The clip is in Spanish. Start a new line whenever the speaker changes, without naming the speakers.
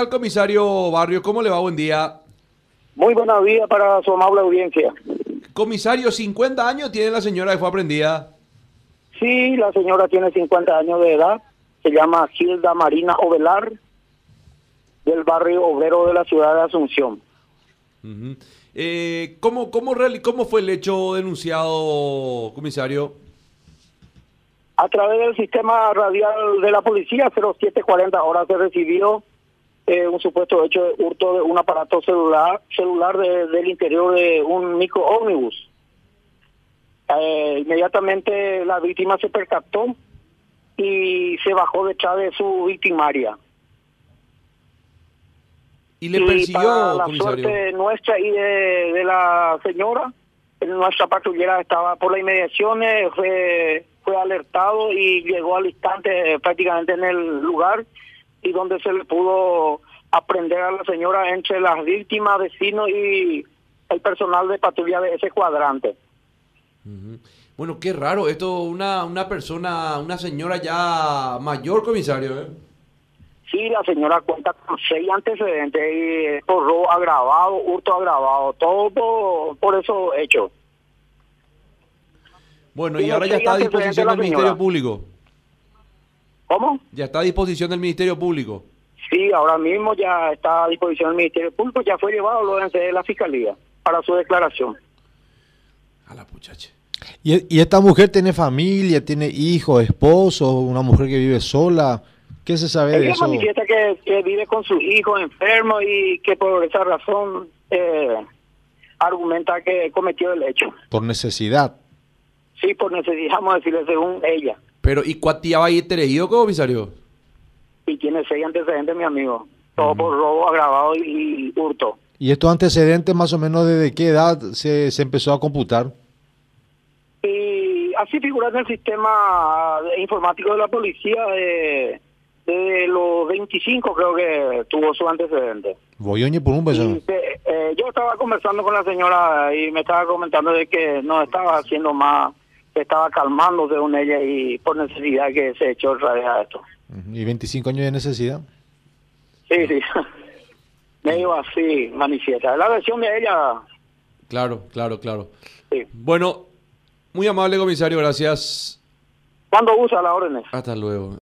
Al comisario Barrio, ¿cómo le va? Buen día.
Muy buenos días para su amable audiencia.
Comisario, 50 años tiene la señora que fue aprendida.
Sí, la señora tiene 50 años de edad, se llama Gilda Marina Ovelar, del barrio obrero de la ciudad de Asunción.
Ujú. Eh, ¿cómo, cómo, reali- ¿Cómo fue el hecho denunciado, comisario?
A través del sistema radial de la policía, 0740 horas se recibió eh, un supuesto hecho de hurto de un aparato celular celular de- del interior de un micro ómnibus. Eh, inmediatamente la víctima se percató y se bajó detrás de su victimaria.
¿Y le
y para
persiguió,
la
comisario?
suerte nuestra y de, de la señora, nuestra patrullera estaba por las inmediaciones, fue, fue alertado y llegó al instante eh, prácticamente en el lugar y donde se le pudo aprender a la señora entre las víctimas, vecinos y el personal de patrulla de ese cuadrante.
Ujú. Bueno, qué raro, esto una, una persona, una señora ya mayor, comisario. ¿eh?
Sí, la señora cuenta con seis antecedentes y eh, por robo agravado, hurto agravado, todo por, por esos hechos.
Bueno, y
Sí,
ahora ya
sí,
está a
antecedente
disposición
la
del Ministerio
señora.
Público.
¿Cómo?
Ya está a disposición del Ministerio Público.
Sí, ahora mismo ya está a disposición del Ministerio Público, ya fue llevado lo de la Fiscalía para su declaración.
A la puchache.
¿Y, e, y esta mujer tiene familia, tiene hijos, esposo, una mujer que vive sola? ¿Qué se sabe de
Ella
Pues eso?
manifiesta que, que vive con su hijo enfermo y que por esa razón eh, argumenta que cometió el hecho.
Por necesidad.
Sí, por necesidad, vamos a decirle, según ella.
Pero, ¿y cuatiaba y traído, comisario?
Y tiene seis antecedentes, mi amigo. Todo por robo agravado y, y hurto.
¿Y estos antecedentes más o menos desde qué edad se, se empezó a computar?
Y así figura en el sistema informático de la policía de, de los 25, creo que tuvo su antecedente.
Voy oñe por un beso.
Y, eh, eh, yo estaba conversando con la señora y me estaba comentando de que no estaba haciendo más, se estaba calmando según ella y por necesidad que se echó otra vez a esto.
Ujú, Y 25 años de necesidad.
Sí, sí. Medio así manifiesta. La versión de ella,
Claro, claro, claro.
sí.
Bueno, muy amable comisario, gracias.
¿Cuándo usa las órdenes?
Hasta luego.